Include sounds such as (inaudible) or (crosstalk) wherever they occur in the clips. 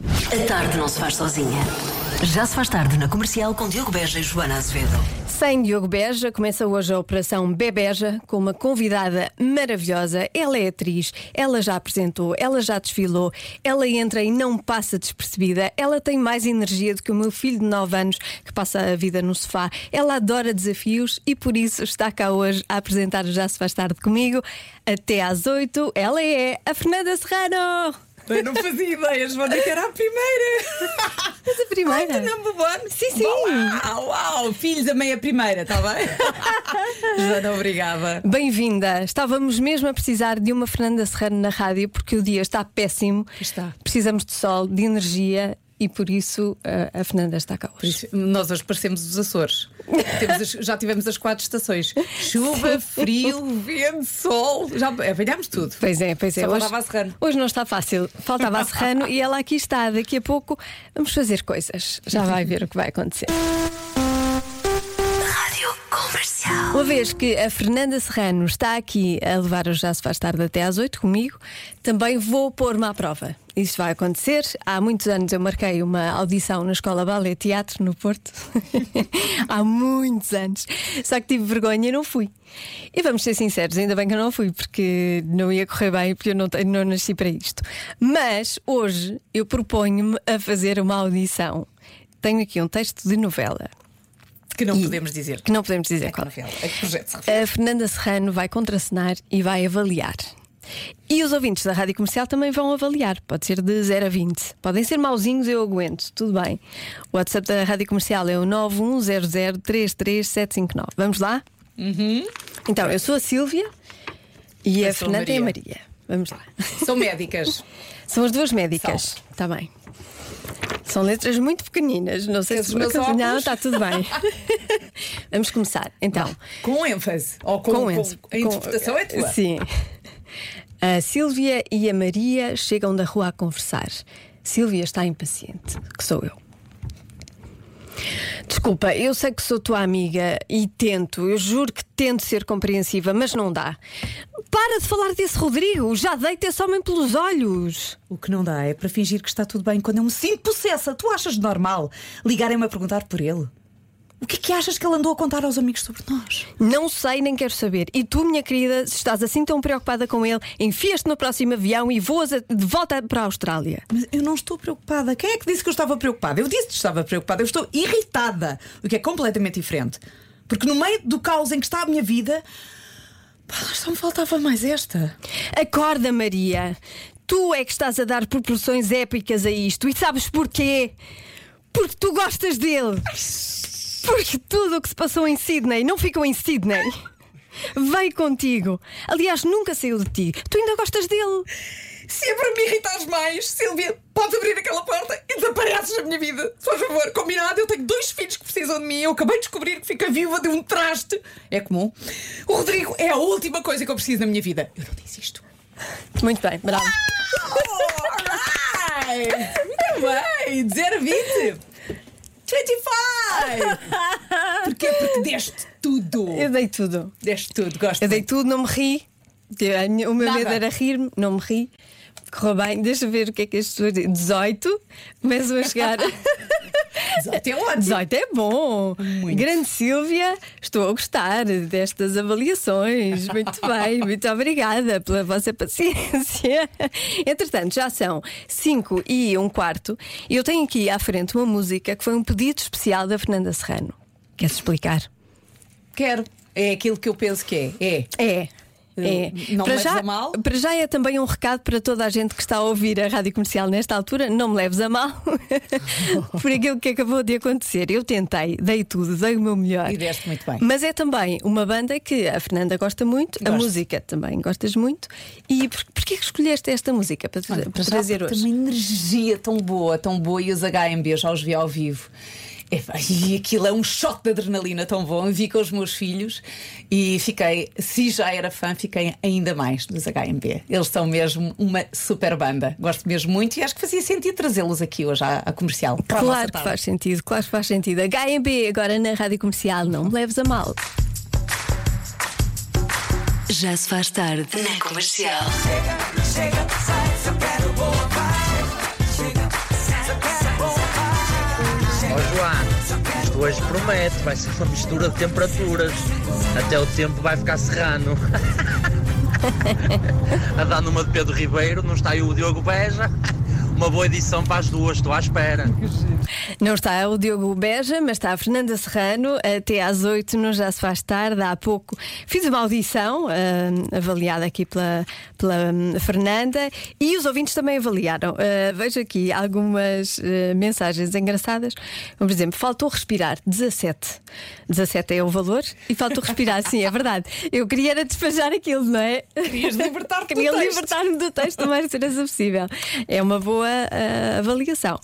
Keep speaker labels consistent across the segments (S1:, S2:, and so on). S1: A tarde não se faz sozinha. Já se faz tarde na comercial com Diogo Beja e Joana Azevedo.
S2: Sem Diogo Beja, começa hoje a Operação Bebeja com uma convidada maravilhosa. Ela é atriz, ela já apresentou, ela já desfilou, ela entra e não passa despercebida. Ela tem mais energia do que o meu filho de 9 anos que passa a vida no sofá. Ela adora desafios e por isso está cá hoje a apresentar o Já se faz tarde comigo. Até às 8, ela é a Fernanda Serrano.
S3: Eu não fazia ideias, vou que era a primeira.
S2: Mas a (laughs) primeira.
S3: The number one.
S2: Sim, sim.
S3: Uau, uau, filhos da meia primeira, está
S2: (laughs)
S3: bem? Joana, obrigada.
S2: Bem-vinda! Estávamos mesmo a precisar de uma Fernanda Serrano na rádio porque o dia está péssimo.
S3: Está.
S2: Precisamos de sol, de energia e por isso eh, a Fernanda está cá hoje.
S3: Nós hoje parecemos os Açores. Temos as- já tivemos as quatro estações: chuva, frio, vento, sol. Já apanhámos tudo.
S2: Pois é, pois é.
S3: Só faltava a Serrano.
S2: hoje não está fácil. Faltava a Serrano e ela aqui está. Daqui a pouco vamos fazer coisas. Já vai ver o que vai acontecer.
S1: Rádio Comercial.
S2: Uma vez que a Fernanda Serrano está aqui a levar o Já Se Faz Tarde até às 8 comigo, também vou pôr-me à prova. Isso vai acontecer. Há muitos anos eu marquei uma audição na Escola Ballet Teatro no Porto. (laughs) Há muitos anos. Só que tive vergonha e não fui. E vamos ser sinceros, ainda bem que eu não fui, porque não ia correr bem, porque eu não, tenho- não nasci para isto. Mas hoje eu proponho-me a fazer uma audição. Tenho aqui um texto de novela,
S3: Que não podemos dizer.
S2: que não podemos dizer qual é.
S3: Rafael, a que projeto se refere?
S2: A Fernanda Serrano vai contracenar e vai avaliar. E os ouvintes da Rádio Comercial também vão avaliar. Pode ser de 0 a 20. Podem ser mauzinhos, eu aguento. Tudo bem. O WhatsApp da Rádio Comercial é o 910033759. Vamos lá? Então, eu sou a Sílvia e
S3: Uhum. Eu
S2: a
S3: sou a
S2: Fernanda é a
S3: Maria.
S2: Maria. Vamos lá.
S3: São médicas.
S2: São as duas médicas. Está bem. São letras muito pequeninas. Não sei
S3: Esses
S2: se
S3: meus
S2: Não,
S3: óculos.
S2: está Tá tudo
S3: (laughs)
S2: bem. Vamos começar. Então.
S3: Com ênfase. Ou com, com-
S2: ênfase.
S3: A interpretação
S2: Com-
S3: é tua.
S2: Sim. A Sílvia e a Maria chegam da rua a conversar. Sílvia está impaciente, que sou eu. Desculpa, eu sei que sou tua amiga e tento, eu juro que tento ser compreensiva, mas não dá. Para de falar desse Rodrigo, já deita esse homem pelos olhos.
S4: O que não dá é para fingir que está tudo bem quando eu me sinto possessa. Tu achas normal ligarem-me a perguntar por ele? O que é que achas que ele andou a contar aos amigos sobre nós?
S2: Não sei nem quero saber. E tu, minha querida, se estás assim tão preocupada com ele, enfias-te no próximo avião e voas a- de volta para a Austrália.
S4: Mas eu não estou preocupada. Quem é que disse que eu estava preocupada? Eu disse que estava preocupada. Eu estou irritada, o que é completamente diferente. Porque no meio do caos em que está a minha vida, pá, só me faltava mais esta.
S2: Acorda, Maria. Tu é que estás a dar proporções épicas a isto. E sabes porquê? Porque tu gostas dele. Porque tudo o que se passou em Sydney não ficou em Sydney. Veio contigo. Aliás, nunca saiu de ti. Tu ainda gostas dele.
S3: Se é para me irritares mais, Silvia, podes abrir aquela porta e desapareces da minha vida. Se faz favor, combinado? Eu tenho dois filhos que precisam de mim. Eu acabei de descobrir que fica viúva de um traste. É comum. O Rodrigo é a última coisa que eu preciso na minha vida. Eu não disse isto.
S2: Muito bem, bravo.
S3: Alright! Muito bem! 0 a 20! 25! Porquê? Porque deste tudo.
S2: Eu dei tudo.
S3: Deste tudo, gosto.
S2: Eu dei tudo, não me ri. A minha- O meu
S3: Nada.
S2: medo era rir-me, não me ri. Correu bem, deixa eu ver o que é que as pessoas dizem. 18, começam a chegar.
S3: Até onde?
S2: 18 é bom. Grande Silvia, estou a gostar destas avaliações. Muito bem, muito obrigada pela vossa paciência. Entretanto, já são 5 e um quarto. E eu tenho aqui à frente uma música que foi um pedido especial da Fernanda Serrano. Queres explicar?
S3: Quero. É aquilo que eu penso que é. É.
S2: É. É.
S3: Não
S2: para,
S3: leves
S2: já,
S3: a mal?
S2: para já é também um recado para toda a gente que está a ouvir a rádio comercial nesta altura. Não me leves a
S3: (laughs)
S2: mal por aquilo que acabou de acontecer. Eu tentei, dei tudo, dei o meu melhor.
S3: E deste muito bem.
S2: Mas é também uma banda que a Fernanda gosta muito, a
S3: Gosto.
S2: música também gostas muito. E por, porquê que escolheste esta música para, tra- para
S3: já
S2: trazer
S3: porque
S2: hoje?
S3: Tem uma energia tão boa, tão boa, e os HMB já os vi ao vivo. É, pá, E aquilo é um choque de adrenalina tão bom. Eu Vi com os meus filhos e fiquei, se já era fã, fiquei ainda mais dos HMB. Eles são mesmo uma super banda. Gosto mesmo muito e acho que fazia sentido trazê-los aqui hoje à, à comercial. para a nossa
S2: Claro que
S3: tarde.
S2: faz sentido, claro que faz sentido. HMB agora na rádio comercial, não me leves a mal.
S1: Já se faz tarde na comercial.
S5: Chega, chega, sai, se eu quero boa paz. Chega, chega, se eu quero hoje promete, vai ser uma mistura de temperaturas. Até o tempo vai ficar serrano. A dar numa de Pedro Ribeiro, não está aí o Diogo Beja. Uma boa edição para as duas, estou à espera.
S2: Não está o Diogo Beja, mas está a Fernanda Serrano, até às 8 não já se faz tarde, há pouco fiz uma audição ah, avaliada aqui pela, pela hum, Fernanda e os ouvintes também avaliaram. Ah, vejo aqui algumas ah, mensagens engraçadas. Como, por exemplo, faltou respirar 17. 17 é o valor e faltou respirar, sim, é verdade. Eu queria era despejar aquilo, não é?
S4: Querias libertar-te do
S2: Queria
S4: texto.
S2: libertar-me do texto o mais depressa possível. É uma boa ah, avaliação.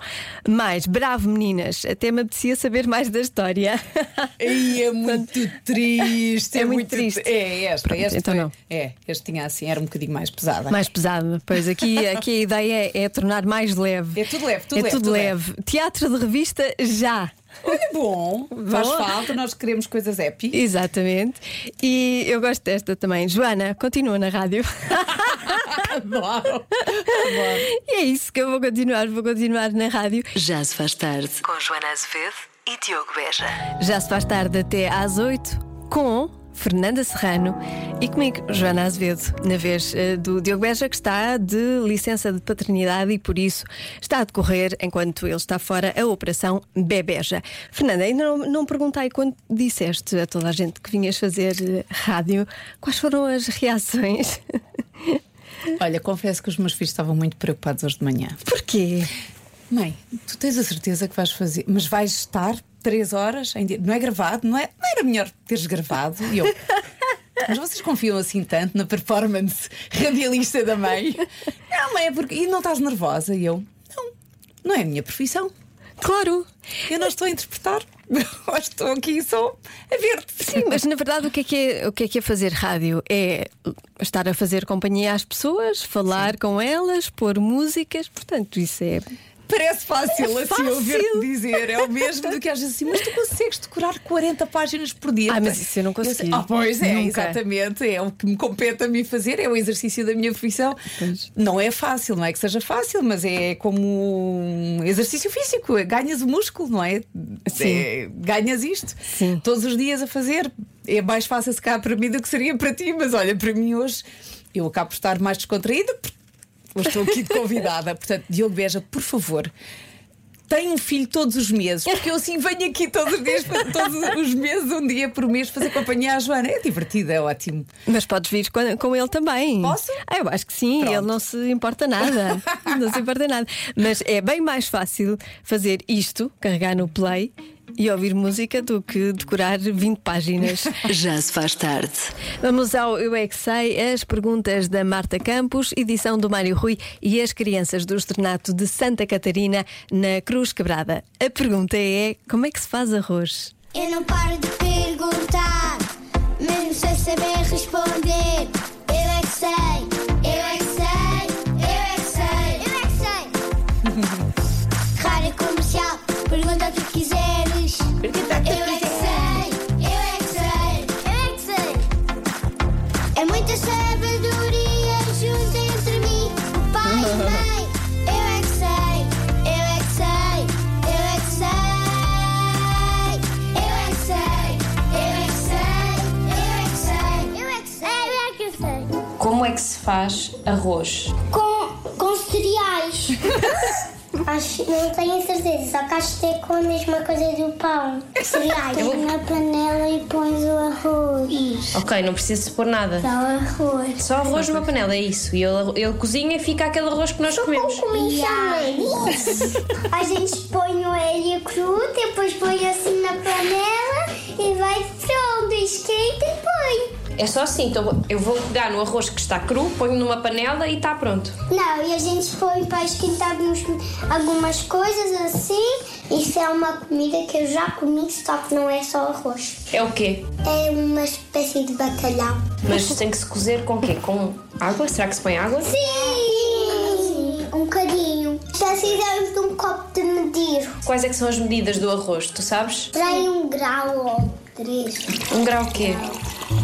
S2: Mas, bravo, meninas, até me apetecia saber mais da história. (laughs)
S3: Ei, é muito triste.
S2: É muito triste.
S3: É, esta,
S2: Pronto,
S3: esta.
S2: então
S3: foi-
S2: não.
S3: É, este tinha assim, era um bocadinho mais pesada.
S2: Mais pesado, pois aqui, aqui a ideia é, é tornar mais leve.
S3: É tudo leve, tudo
S2: é
S3: leve,
S2: tudo,
S3: tudo
S2: leve. Teatro de revista já.
S3: Olha, é bom, faz
S2: Boa.
S3: falta, nós queremos coisas happy.
S2: Exatamente. E eu gosto desta também. Joana, continua na rádio.
S3: (laughs)
S2: (laughs)
S3: Adoro.
S2: e é isso que eu vou continuar, vou continuar na rádio.
S1: Já se faz tarde. Com Joana Azevedo e Diogo Beja.
S2: Já se faz tarde até às 8 com Fernanda Serrano e comigo, Joana Azevedo, na vez eh, do Diogo Beja, que está de licença de paternidade e por isso está a decorrer, enquanto ele está fora, a Operação Bebeja. Fernanda, ainda não, não perguntei quando disseste a toda a gente que vinhas fazer eh, rádio, quais foram as reações?
S3: Olha, confesso que os meus filhos estavam muito preocupados hoje de manhã.
S2: Porquê?
S3: Mãe, tu tens a certeza que vais fazer, mas vais estar três horas em dia. Não é gravado, não é? Não era melhor teres gravado? (laughs) E eu. Mas vocês confiam assim tanto na performance radialista da mãe? Não, mãe, é porque. E não estás nervosa? E eu. Não, não é a minha profissão.
S2: Claro!
S3: Eu não estou a interpretar. (laughs) Eu estou aqui só a ver-te.
S2: Sim, mas na verdade o que é que é, o que é, que é fazer rádio? É estar a fazer companhia às pessoas, falar com elas, pôr músicas, portanto, isso é.
S3: Parece fácil,
S2: É
S3: assim
S2: fácil.
S3: ouvir-te dizer. É o mesmo do que às vezes assim, mas tu consegues decorar 40 páginas por dia.
S2: Ah, mas isso eu não consigo.
S3: sei, Ah, pois é,
S2: Nunca.
S3: exatamente. É o que me compete a mim fazer, é o exercício da minha profissão. Não é fácil, não é que seja fácil, mas é como um exercício físico. Ganhas o músculo, não é?
S2: Sim.
S3: É, ganhas isto
S2: Sim.
S3: todos os dias a fazer. É mais fácil se calhar para mim do que seria para ti, mas olha, para mim hoje eu acabo por estar mais descontraída. porque Hoje estou aqui de
S4: (laughs)
S3: convidada. Portanto, Diogo Beja, por favor. Tem um filho todos os meses, porque eu assim venho aqui todos os dias, todos os meses, um dia por mês, fazer companhia à Joana. É divertido, é ótimo.
S2: Mas podes vir com, com ele também.
S3: Posso?
S2: Ah, eu acho que sim,
S3: Pronto.
S2: ele não se importa
S3: (laughs)
S2: nada. não se importa nada. Mas é bem mais fácil fazer isto, carregar no play e ouvir música do que decorar 20
S3: (laughs)
S2: páginas.
S1: Já se faz tarde.
S2: Vamos ao Eu é que Sei, as perguntas da Marta Campos, edição do Mário Rui e as crianças do Externato de Santa Catarina na Cruz Quebrada. A pergunta é: como é que se faz arroz?
S6: Eu não paro de perguntar, mesmo sem saber responder. Eu é que sei, eu é que sei, eu é que sei, eu é que sei. (laughs) Rádio comercial, pergunta o que quiseres. eu é que sei, eu é que sei, eu é que sei. É muita sabedoria junto entre mim, o pai e a mãe. Eu é que sei, eu é que sei, eu é que sei. Eu é que sei, eu é que sei, eu é que sei, eu é que sei. Eu é que sei.
S7: Como é que se faz arroz?
S6: Com, com cereais. Acho, não tenho certeza, só que acho que é com a mesma coisa do pão. Cereais. Pões na panela e pões o arroz. Isso.
S7: Ok, não preciso pôr nada.
S6: Dá o arroz.
S7: Só arroz numa panela, é isso. E ele, ele cozinha e fica aquele arroz que nós comemos.
S6: Comi A gente põe o alho cru, depois põe assim na panela e vai pronto, esquenta e põe.
S7: É só assim, então eu vou pegar no arroz que está cru, ponho numa panela e está pronto.
S6: Não, e a gente põe para esquentar uns- algumas coisas assim. Isso é uma comida que eu já comi, só que não é só arroz.
S7: É o quê?
S6: É uma espécie de bacalhau.
S7: Mas tem que se cozer com o quê? Com água? Será que se põe água?
S6: Sim! Um bocadinho. Precisamos de um copo de medir.
S7: Quais é que são as medidas do arroz? Tu sabes?
S6: Trai um grau ou três.
S7: Um grau o quê?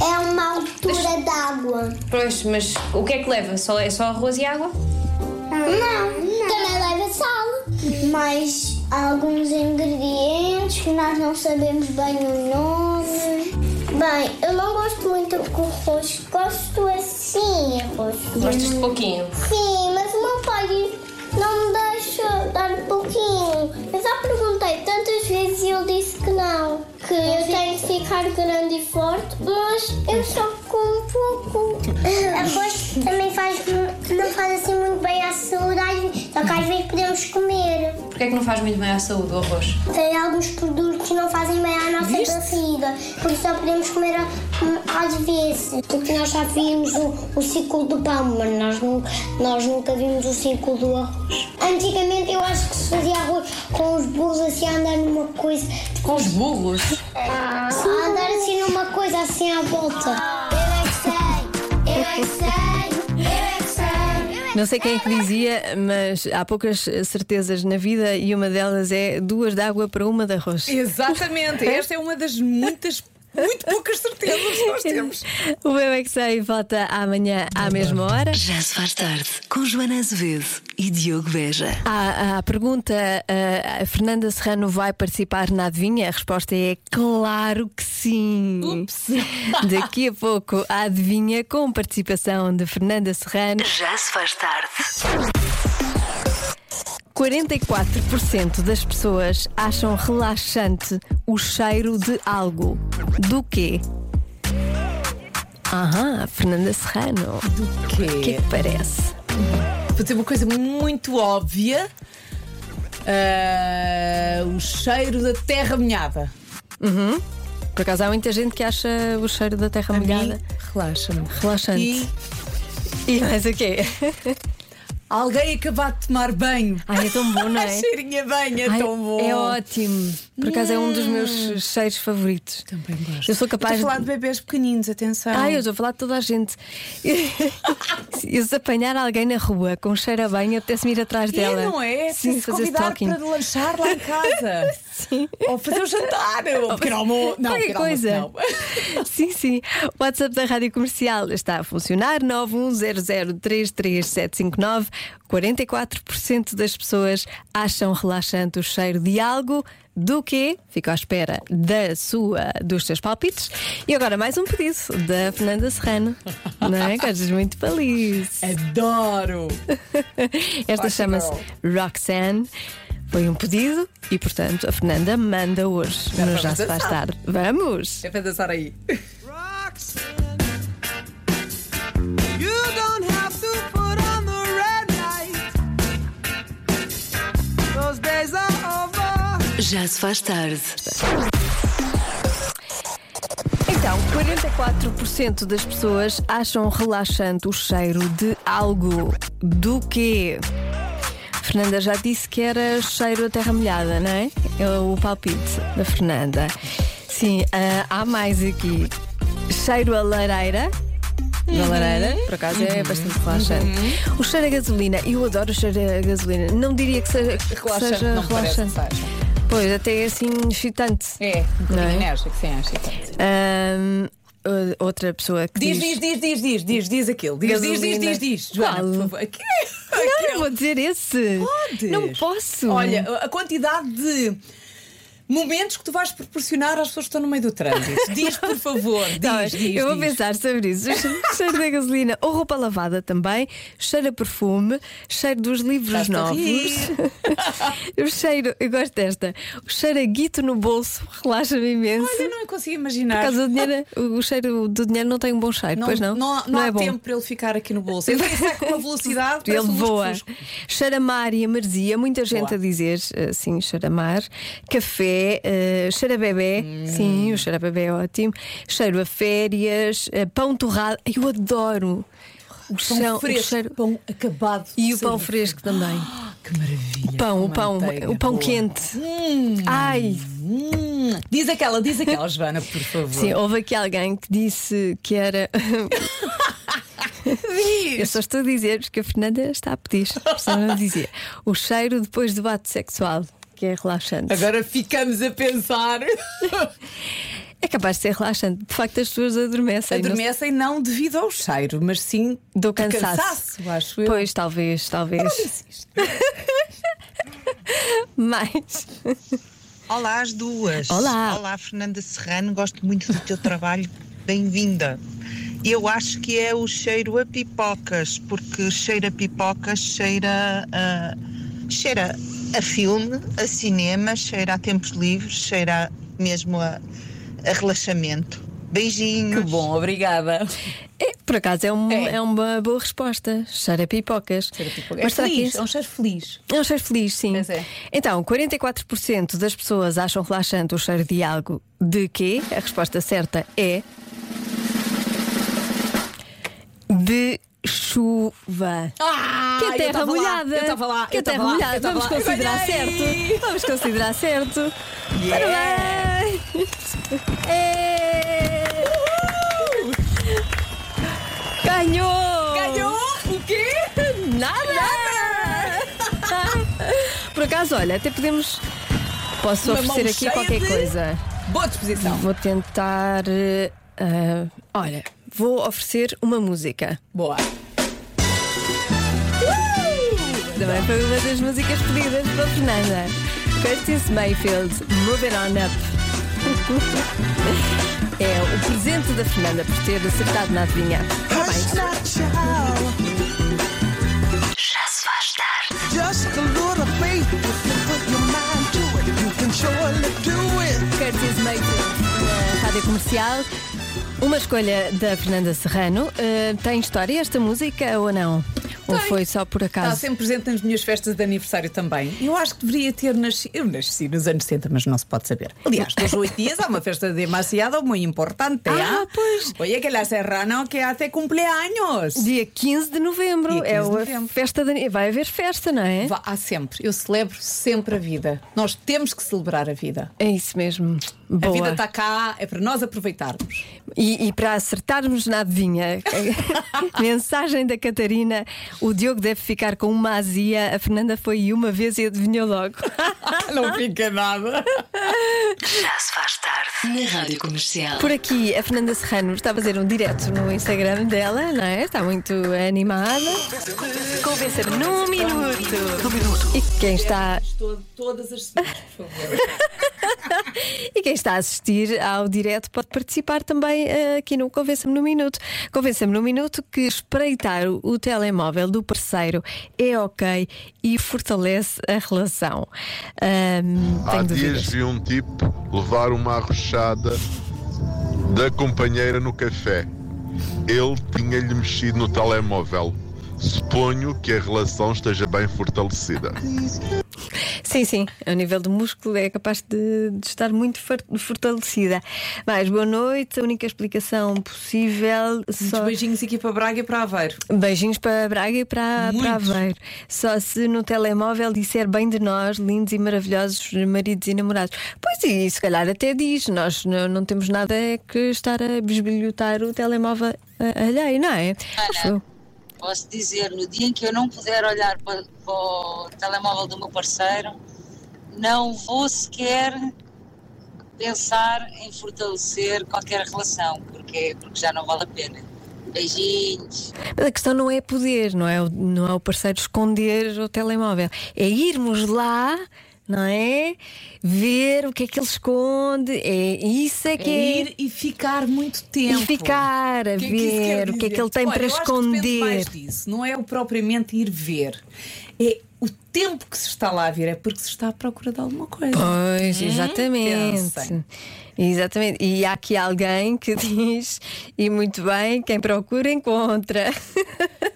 S6: É uma altura d'água.
S7: Pois, mas o que é que leva? Só, é só arroz e água?
S6: Não, não. Também leva sal. mais alguns ingredientes que nós não sabemos bem o nome. Bem, eu não gosto muito de arroz, gosto assim arroz.
S7: Gostas de pouquinho?
S6: Sim, mas o meu pai não me deixa dar um pouquinho. Eu já perguntei tantas vezes e ele disse que não. Que eu tenho de ficar grande e forte, mas eu só como pouco. Arroz também faz, não faz assim muito bem à saúde, só que às vezes podemos comer.
S7: Porquê é que não faz muito bem à saúde o arroz?
S6: Tem alguns produtos que não fazem bem à nossa barriga, porque só podemos comer hum, às vezes. Porque nós já vimos o, o ciclo do pão, mas nós, nu- nós nunca vimos o ciclo do arroz. Antigamente eu acho que se fazia arroz com os burros assim a andar numa coisa,
S3: Com os burros.
S6: a andar assim numa coisa assim à volta. Eu é que sei, eu é que sei, eu é que sei.
S2: Não sei quem é que dizia, mas há poucas eh, certezas na vida e uma delas é duas de água para uma de arroz.
S3: (laughs)
S4: Exatamente, esta é uma das muitas, muito poucas certezas que nós temos.
S3: (laughs)
S2: O Eu é que sei volta amanhã à mesma hora.
S1: Já se faz tarde com Joana Azevedo e Diogo Beja.
S2: À, à pergunta, eh, a Fernanda Serrano vai participar na adivinha? A resposta é claro que sim. Ups. (laughs) Daqui a pouco, a adivinha com participação de Fernanda Serrano.
S1: Já se faz tarde.
S2: 44% das pessoas acham relaxante o cheiro de algo. Do quê? Aham, Fernanda Serrano. O que é que parece?
S3: Vou dizer uma coisa muito óbvia. Ah, o cheiro da terra molhada.
S2: Por acaso há muita gente que acha o cheiro da terra molhada
S3: Relaxa-me.
S2: relaxante.
S3: E
S2: E mais o quê?
S3: alguém acabar de tomar banho.
S2: Ai, é tão bom,
S3: (laughs)
S2: não é?
S3: Cheirinho a banho, é
S2: Ai,
S3: tão bom. Hum.
S2: é ótimo. Por acaso é um dos meus cheiros favoritos.
S3: Também gosto.
S2: Eu sou capaz
S3: Estou a falar
S2: de.
S3: de bebês pequeninos, atenção.
S2: Ah, eu estou a falar de toda a gente. (laughs) Eu se apanhar alguém na rua com um cheiro a banho, apetece-me ir atrás
S3: É,
S2: dela.
S3: não é?
S2: Sim,
S3: Preciso
S2: fazer
S3: convidar
S2: stalking.
S3: para lanchar lá em casa.
S2: (laughs)
S3: Sim. Ou fazer um jantar. Ou um pequeno almoço. Não,
S2: Qualquer
S3: pequeno almoço
S2: coisa.
S3: não.
S2: (laughs) Sim, sim. O WhatsApp da Rádio Comercial está a funcionar. 910033759. 44% das pessoas acham relaxante o cheiro de algo. Do quê? Fico à espera da sua, dos seus palpites. E agora mais um pedido da Fernanda Serrano. Não é? Gostas muito feliz. (laughs)
S3: Adoro.
S2: Esta chama-se Roxanne. Foi um pedido e, portanto, a Fernanda manda hoje.
S3: Já
S2: no
S3: vamos
S2: Já se faz
S3: dançar.
S2: tarde. Vamos!
S3: É para dançar aí.
S8: Roxanne. You don't have to put on the red light. Those days are over.
S1: Já se faz tarde.
S2: Então, 44% das pessoas acham relaxante o cheiro de algo. Do quê? Fernanda já disse que era cheiro a terra molhada, não é? É o palpite da Fernanda. Sim, ah, há mais aqui. Cheiro a lareira.
S3: Uhum.
S2: Na lareira, por acaso é bastante relaxante. O cheiro a gasolina, eu adoro o cheiro a gasolina. Não diria que seja, que
S3: Relaxante,
S2: seja
S3: não me parece
S2: relaxante.
S3: que seja.
S2: Pois, até é assim excitante.
S3: É, um bocadinho
S2: Não é?
S3: enérgico, sim, enérgico.
S2: Ahm, uh, outra pessoa que
S3: Diz,
S2: diz.
S3: diz, diz, diz, diz, diz, diz aquilo. Diz, diz, diz,
S2: Gasolina.
S3: diz, diz. Joana,
S2: Qual?
S3: por favor. Aqui-
S2: Não,
S3: aquele.
S2: não vou dizer esse.
S3: Podes.
S2: Não posso.
S3: Olha, a quantidade de momentos que tu vais proporcionar às pessoas que estão no meio
S2: (laughs)
S3: do trânsito. Diz, por favor. Diz,
S2: Tá bem,
S3: diz.
S2: eu vou
S3: diz.
S2: pensar sobre isso. (laughs) Cheiro da gasolina ou roupa lavada também, cheiro a perfume, cheiro dos livros
S3: Estás-te a
S2: novos.
S3: rir. (laughs)
S2: o cheiro, eu gosto desta. O cheiro a guito no bolso, (laughs) relaxa-me imenso.
S3: Olha, não consigo
S2: Por
S3: imaginar.
S2: causa do dinheiro, o cheiro do dinheiro não tem um bom cheiro, pois não?
S3: Não, não há
S2: é bom.
S3: tempo para ele ficar aqui no bolso.
S2: (laughs)
S3: Ele sai com uma velocidade. parece
S2: Ele
S3: um lusco
S2: voa.
S3: fusco.
S2: Charamar e a marzia, muita gente
S3: Boa.
S2: a dizer assim, charamar. Café, eh, charabebé,
S3: Hum.
S2: sim, o charabebé é ótimo. Cheiro a férias, eh, pão torrado, Ai, eu adoro. O,
S3: Pão
S2: chão- o
S3: fresco,
S2: cheiro-
S3: pão acabado. de
S2: E o
S3: sair
S2: pão
S3: do
S2: fresco também.
S3: forno. Que maravilha.
S2: O pão, o pão,
S3: Manteiga,
S2: o pão
S3: boa.
S2: quente. Ai,
S3: Hum. Diz aquela, diz
S2: (laughs)
S3: aquela, Joana, por favor.
S2: sim, houve aqui alguém que disse que era. (laughs) Eu só estou a dizer que a Fernanda está a pedir, só não dizia. O cheiro depois do ato sexual, que é relaxante.
S3: Agora ficamos a pensar.
S2: É capaz de ser relaxante. De facto, as pessoas adormecem. não sei-
S3: Adormecem não devido ao cheiro, mas sim
S2: Do
S3: de
S2: cansaço.
S3: cansaço acho
S2: (laughs)
S3: eu.
S2: Pois, talvez, talvez. Mais.
S9: Olá às duas.
S2: Olá.
S9: Olá Fernanda Serrano, gosto muito do teu trabalho. (laughs) Bem-vinda. Eu acho que é o cheiro a pipocas, porque cheira a pipocas, cheira a, cheira a filme, a cinema, cheira a tempos livres, cheira mesmo a, a relaxamento.
S3: Que
S9: Beijinhos.
S3: bom, obrigada.
S2: É, por acaso é, um-
S3: É.
S2: é uma boa resposta. Cheira a pipocas.
S3: É
S2: será que
S3: feliz,
S2: isto-
S3: é um cheiro feliz.
S2: É um cheiro feliz, sim.
S3: Pois é.
S2: Então, 44% das pessoas acham relaxante o cheiro de algo de quê? A resposta certa é. de chuva.
S3: Ah,
S2: que é
S3: eu
S2: terra
S3: tava lá,
S2: molhada.
S3: eu tava lá,
S2: que é
S3: eu tava
S2: terra
S3: lá,
S2: molhada.
S3: eu tava
S2: Vamos
S3: lá.
S2: considerar
S3: Ganhei!
S2: certo. Vamos considerar certo. Parabéns! É. Ganhou!
S3: Ganhou o quê?
S2: Nada! Por acaso, olha, até podemos. Posso
S3: Uma mão
S2: oferecer aqui
S3: cheia
S2: qualquer
S3: de-
S2: coisa.
S3: Boa disposição.
S2: Vou tentar. eh, ah, olha, vou oferecer uma música.
S3: Boa.
S2: Também foi uma das músicas pedidas pela Fernanda. Curtis Mayfield, Moving On Up. É o presente da Fernanda por ter acertado na adivinha.
S8: Hush now, child.
S1: Já se faz tarde.
S8: Just a little faith. If you put your mind to it, you can surely do it.
S2: Curtis Mayfield, na Rádio Comercial. Uma escolha da Fernanda Serrano. Eh, tem história esta música ou não? Ou
S3: Tem.
S2: foi só por
S3: Está
S2: acaso?
S3: sempre presente nas minhas festas de aniversário também. Eu acho que deveria ter nascido. Eu nasci nos anos 70, mas não se pode saber. Aliás, todos os oito dias há uma festa demasiado muito importante. é?
S2: Ah, pois.
S3: Oye, que la Serrano que hace cumpleaños.
S2: Dia 15 de novembro. é
S3: Dia 15 de
S2: a
S3: novembro.
S2: festa da. Vai haver festa, não é?
S3: Vá, Há sempre. Eu celebro sempre a vida. Nós temos que celebrar a vida.
S2: É isso mesmo. Boa.
S3: A vida está cá, é para nós aproveitarmos.
S2: E, e para acertarmos na adivinha, (laughs) mensagem da Catarina: o Diogo deve ficar com uma azia. A Fernanda foi uma vez e adivinhou logo. Ah,
S3: Não fica nada.
S1: Já se faz tarde. Na Rádio Comercial.
S2: Por aqui, a Fernanda Serrano está a fazer um direto no Instagram dela, não é? Está muito animada. Convença-me num minuto. E quem está
S3: Todas as semanas, por favor.
S2: (laughs) E quem está a assistir ao direto pode participar também eh, aqui no Convença-me no Minuto. Convença-me no Minuto que espreitar o, o telemóvel do parceiro é ok e fortalece a relação. Ahm,
S10: Há
S2: tenho
S10: dias
S2: dúvidas.
S10: vi um tipo levar uma arrochada da companheira no café. Ele tinha-lhe mexido no telemóvel. Suponho que a relação esteja bem fortalecida.
S2: Sim, sim, a nível do músculo é capaz de, de estar muito for- fortalecida. Mas boa noite, a única explicação possível.
S3: Muitos
S2: Só...
S3: beijinhos aqui para Braga e para Aveiro.
S2: Beijinhos para Braga e para, para
S3: Muitos.
S2: Aveiro. Só se no telemóvel disser bem de nós, lindos e maravilhosos maridos e namorados. Pois e se calhar até diz, nós não, não temos nada que estar a bisbilhotar o telemóvel a- alheio, não é? Acho eu.
S11: Posso dizer, no dia em que eu não puder olhar para, para o telemóvel do meu parceiro, não vou sequer pensar em fortalecer qualquer relação, porque, porque já não vale a pena. Beijinhos.
S2: Mas a questão não é poder, não é, o- não é o parceiro esconder o telemóvel. É irmos lá. Não é? Ver o que é que ele esconde, é isso é que é.
S3: ir e ficar muito tempo.
S2: E ficar a
S3: O que é que isso quer
S2: ver o que é que
S3: dizer?
S2: ele tem
S3: Olha,
S2: para
S3: eu acho que depende
S2: esconder.
S3: mais disso. Não é o propriamente ir ver. É o tempo que se está lá a ver, é porque se está à procura de alguma coisa.
S2: Pois, exatamente.
S3: Hum? pensem.
S2: Exatamente. E há aqui alguém que (laughs) diz, e muito bem, quem procura encontra.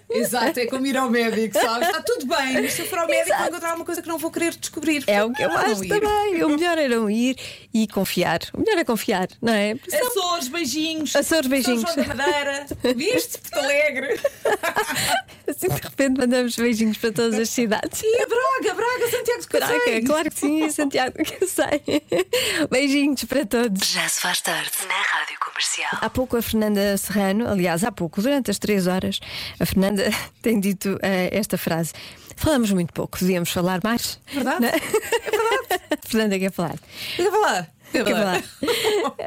S3: Exato, é como ir ao médico, sabes? Está tudo bem, mas se eu for ao médico vou encontrar uma coisa que não vou querer descobrir.
S2: É o que eu
S3: Ah, Não
S2: acho
S3: ir.
S2: também. O melhor era não ir e confiar. O melhor é confiar, não é?
S3: Açores, beijinhos.
S2: Açores, beijinhos.
S3: São João da Madeira. Viste? Porto Alegre.
S2: Assim de repente mandamos beijinhos para todas as cidades.
S3: E a Braga, Braga, Santiago de
S2: Caraca,
S3: Cacém.
S2: claro que sim, Santiago, (laughs) que eu sei. Beijinhos para todos.
S1: Já se faz tarde. Na Rádio Comercial.
S2: Há pouco a Fernanda Serrano, aliás, há pouco, durante as três horas, a Fernanda (laughs) tem dito eh, esta frase. Falamos muito pouco, devíamos falar mais.
S3: Verdade. É
S2: Não? (laughs) Fernanda quer falar.
S3: Fica lá.
S2: é Quer falar.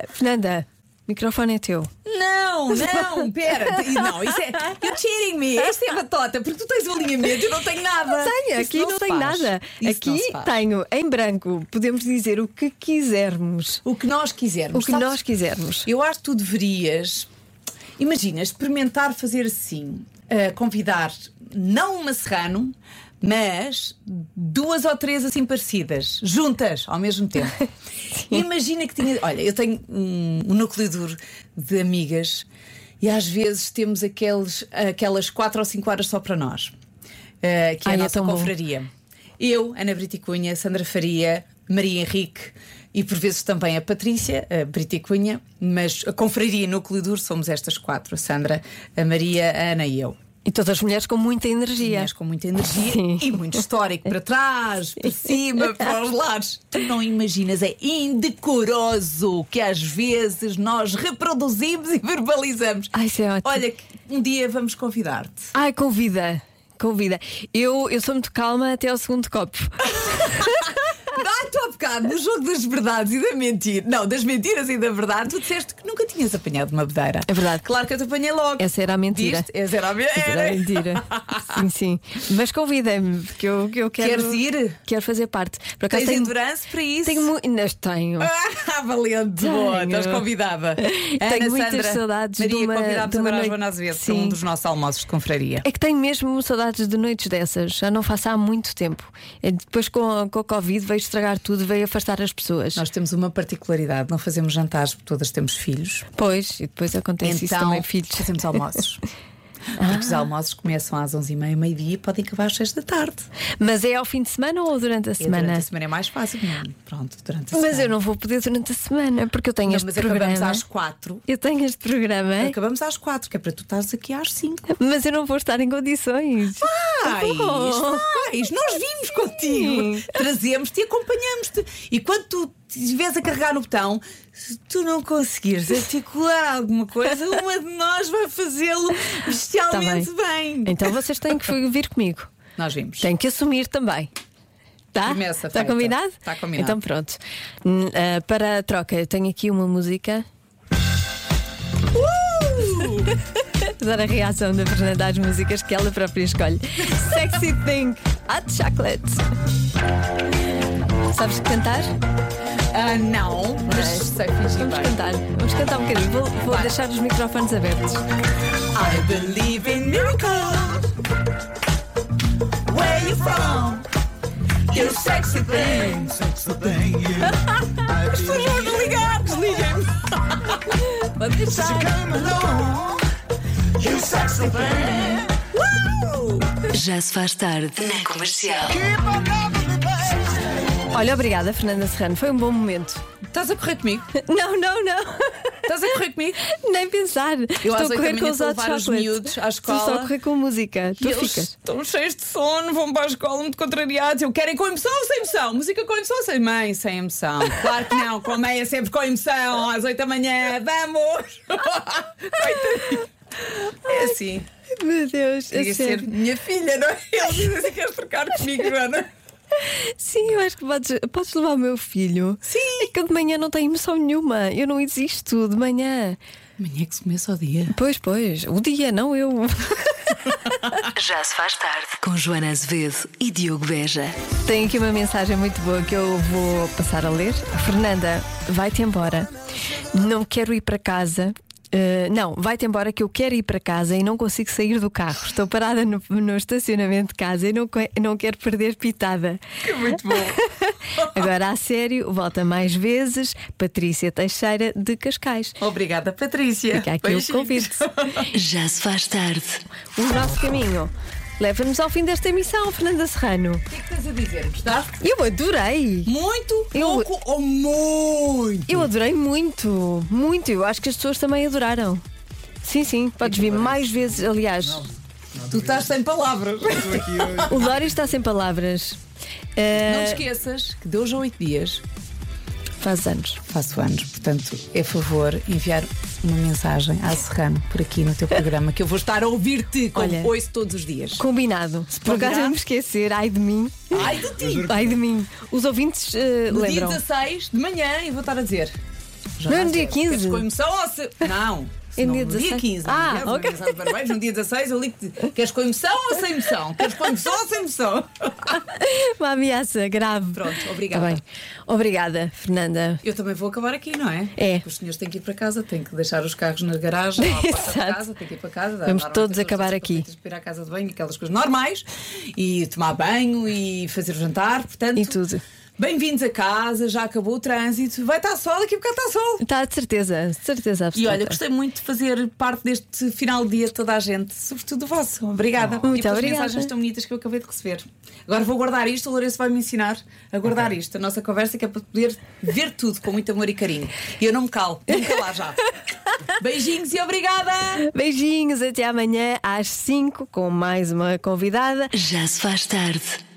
S2: Fernanda, microfone é teu.
S3: Não, não, pera. Não, isso é. You're cheating me. Esta é batota, porque tu tens o alinhamento e eu não tenho nada.
S2: Tenho,
S3: Isso
S2: aqui não,
S3: se
S2: tenho
S3: faz.
S2: nada.
S3: Isso não
S2: aqui
S3: se faz.
S2: tenho em branco, podemos dizer o que quisermos.
S3: O que nós quisermos.
S2: O que
S3: sabes?
S2: nós quisermos.
S3: Eu acho que tu deverias, imagina, experimentar fazer assim, eh, convidar não uma serrano, mas duas ou três assim parecidas, juntas ao mesmo tempo. imagina que tinha. Olha, eu tenho um, um núcleo duro de amigas e às vezes temos aqueles, aquelas quatro ou cinco horas só para nós, eh, que é
S2: Ai,
S3: a
S2: é
S3: nossa
S2: tão bom.
S3: confraria. Eu, Ana Briticunha, Sandra Faria, Maria Henrique e por vezes também a Patrícia, a Briticunha, mas a confraria Núcleo Duro somos estas quatro: a Sandra, a Maria, a Ana e eu.
S2: E todas as mulheres com muita energia.
S3: Mulheres com muita energia e muito histórico
S2: (laughs)
S3: para trás, para cima, para os lados. Tu não imaginas, é indecoroso o que às vezes nós reproduzimos e verbalizamos.
S2: Ai, isso é ótimo.
S3: Olha, um dia vamos convidar-te.
S2: Ai, convida. Convida. Eu, eu sou muito calma até ao segundo copo.
S3: Ah, tu há bocado, no jogo das verdades e da mentira. Não, das mentiras e da verdade, tu disseste que nunca tinhas apanhado uma bedeira.
S2: É verdade.
S3: Claro que eu te apanhei logo.
S2: Essa era a mentira.
S3: Diste? Essa era a me-
S2: Essa era a
S3: era. (laughs)
S2: mentira. sim, sim. Mas convidem-me, que eu, que eu quero.
S3: Queres ir?
S2: Quero fazer parte. Por
S3: Tens endurance para isso?
S2: Tenho, mu- mas tenho.
S3: (laughs) Ah, valente, boa,
S2: Tenho.
S3: estás
S2: (laughs)
S3: convidada.
S2: Tenho
S3: Ana,
S2: muitas
S3: Sandra,
S2: saudades
S3: Maria,
S2: de uma-
S3: convidámos
S2: de uma
S3: agora a
S2: noite-
S3: Joana Azevedo para
S2: Sim.
S3: um dos nossos almoços de confraria.
S2: É que tenho mesmo saudades de noites dessas, já não faço há muito tempo. É, Depois com a, com a Covid veio estragar tudo, veio afastar as pessoas.
S3: Nós temos uma particularidade, não fazemos jantares porque todas temos filhos.
S2: Pois, e depois acontece isso
S3: então,
S2: também, filhos.
S3: fazemos almoços. (laughs) Porque os almoços começam às 11h30, meio-dia e podem acabar às 6 da tarde.
S2: Mas é ao fim de semana ou durante a
S3: E
S2: semana?
S3: Durante a semana é mais fácil, não? Pronto, durante a
S2: Mas
S3: semana.
S2: eu não vou poder durante a semana, porque eu tenho
S3: Não,
S2: este
S3: mas
S2: programa.
S3: acabamos às 4.
S2: Eu tenho este programa,
S3: Acabamos às 4, que é para tu estares aqui às 5.
S2: mas eu não vou estar em condições. Tá
S3: Vais,
S2: Oh.
S3: vais, nós vimos contigo. Trazemos-te e acompanhamos-te. E quando tu estiveres a carregar no botão, se tu não conseguires articular alguma coisa, uma de nós vai fazê-lo
S2: Tá
S3: bestialmente bem.
S2: Então vocês têm
S3: (laughs)
S2: que vir comigo.
S3: Nós vimos.
S2: Têm que assumir também. Tá?
S3: Promessa
S2: Está
S3: feita.
S2: combinado?
S3: Tá combinado.
S2: Então pronto. Hum, ah, para a troca, eu tenho aqui uma música.
S3: Uh!
S2: (laughs) Adoro a reação da Fernanda às músicas que ela própria escolhe. Sexy Thing, Hot Chocolate. Sabes cantar?
S3: Ah, não, mas sei fingir
S2: Vamos
S3: bem.
S2: cantar. Vamos cantar um bocadinho. Vou, vou deixar os microfones abertos.
S3: I believe in miracles. Where you from? You sexy thing.
S8: (laughs)
S3: As pessoas vão desligar, (laughs) desliguem-me.
S2: Vou deixar.
S3: Uau!
S1: Já se faz tarde na comercial.
S2: Olha, obrigada, Fernanda Serrano. Foi um bom momento.
S3: Estás a
S2: (laughs)
S3: correr comigo?
S2: Não, não, não.
S3: Estás a correr comigo?
S2: (laughs) Nem pensar. Estou
S3: às
S2: a
S3: oito
S2: correr
S3: da
S2: com
S3: manhã
S2: os
S3: fui
S2: hot
S3: levar os
S2: chocolates.
S3: miúdos à
S2: Estou só
S3: escola.
S2: a correr com música. Tu
S3: E eles
S2: ficas.
S3: estão cheios de sono, vão para a escola muito contrariados. Eu quero é com emoção ou sem emoção? Música com emoção ou sem mãe? Sem emoção. Claro que não, com a meia sempre com emoção, às 8 da manhã, vamos! (laughs) Coitadinho. É assim,
S2: Meu Deus, a
S3: devia ser
S2: sério.
S3: minha filha, não é? Ele diz assim: queres trocar comigo, Joana?
S2: Sim, eu acho que podes, podes levar o meu filho.
S3: Sim.
S2: É que eu de manhã não tenho emoção nenhuma. Eu não existo de manhã.
S3: Amanhã que se começa o dia.
S2: Pois, pois. O dia, não eu.
S1: Já se faz tarde com Joana Azevedo e Diogo Beja.
S2: Tenho aqui uma mensagem muito boa que eu vou passar a ler. Fernanda, vai-te embora. Não quero ir para casa. Eh, não, vai-te embora que eu quero ir para casa e não consigo sair do carro. Estou parada no, no estacionamento de casa e não, que- não quero perder pitada.
S3: Que muito bom.
S2: (laughs) Agora, a sério, volta mais vezes. Patrícia Teixeira de Cascais.
S3: Obrigada, Patrícia.
S2: Fica aqui o
S3: Beijinhos. (laughs)
S2: convite.
S1: Já se faz tarde.
S2: O nosso caminho leva-nos ao fim desta emissão, Fernanda Serrano.
S3: O que é que estás a dizer? Gostaste?
S2: Eu adorei.
S3: Muito,
S2: Eu-
S3: pouco ou muito?
S2: Eu adorei muito, muito. Eu acho que as pessoas também adoraram. Sim, sim, podes vir mais vezes. Aliás,
S3: Tu estás sem palavras.
S2: o Dória está sem palavras.
S3: Não te
S2: Eh,
S3: esqueças que de hoje a oito dias
S2: faz anos.
S3: faço anos, portanto, é favor enviar uma mensagem à Serrano por aqui no teu programa, que eu vou estar a ouvir-te como
S2: Olha.
S3: ouço todos os dias.
S2: Combinado. Se por acaso
S3: Combinado?
S2: eu me esquecer, ai de mim.
S3: Ai de ti!
S2: Ai de mim. Os ouvintes eh,
S3: No dia
S2: lembram.
S3: 16 de manhã eu vou estar a dizer. Já
S2: Não é no dia
S3: sei.
S2: 15?
S3: Queres Com emoção ou Oh, se.
S2: (laughs)
S3: Não!
S2: É no
S3: Não,
S2: dia
S3: no
S2: 16.
S3: 15,
S2: Ah,
S3: ah,
S2: ok.
S3: no dia 16 eu ligo Queres com emoção ou sem emoção? Queres com emoção ou sem
S2: (laughs)
S3: emoção?
S2: Uma ameaça grave.
S3: Pronto,
S2: Tá
S3: obrigada.
S2: bem. Obrigada, Fernanda.
S3: Eu também vou acabar aqui, não é?
S2: É.
S3: Os senhores têm que ir para casa, têm que deixar os carros na garagem, ou à porta de
S2: Exato.
S3: casa, têm que ir para casa. dar-
S2: Vamos
S3: dar uma
S2: todos
S3: volta,
S2: acabar aqui.
S3: têm que ir à casa de banho, aquelas coisas normais, e tomar banho e fazer o jantar, portanto. E
S2: tudo.
S3: Bem-vindos a casa, já acabou o trânsito. Vai estar sol, daqui a bocado está sol.
S2: Está Tá de certeza, de certeza
S3: E
S2: absoluta.
S3: olha, gostei muito de fazer parte deste final de dia de toda a gente, sobretudo o vosso. Obrigada.
S2: Oh, Muito
S3: e pelas
S2: obrigada.
S3: mensagens tão bonitas que eu acabei de receber. Agora vou guardar isto, o Lourenço vai me ensinar a guardar isto, a nossa conversa, que é para poder ver tudo com muito amor e carinho. E eu não me calo, vou me
S2: (laughs)
S3: calar já. Beijinhos e obrigada!
S2: Beijinhos, até amanhã às 5 com mais uma convidada. Já se faz tarde.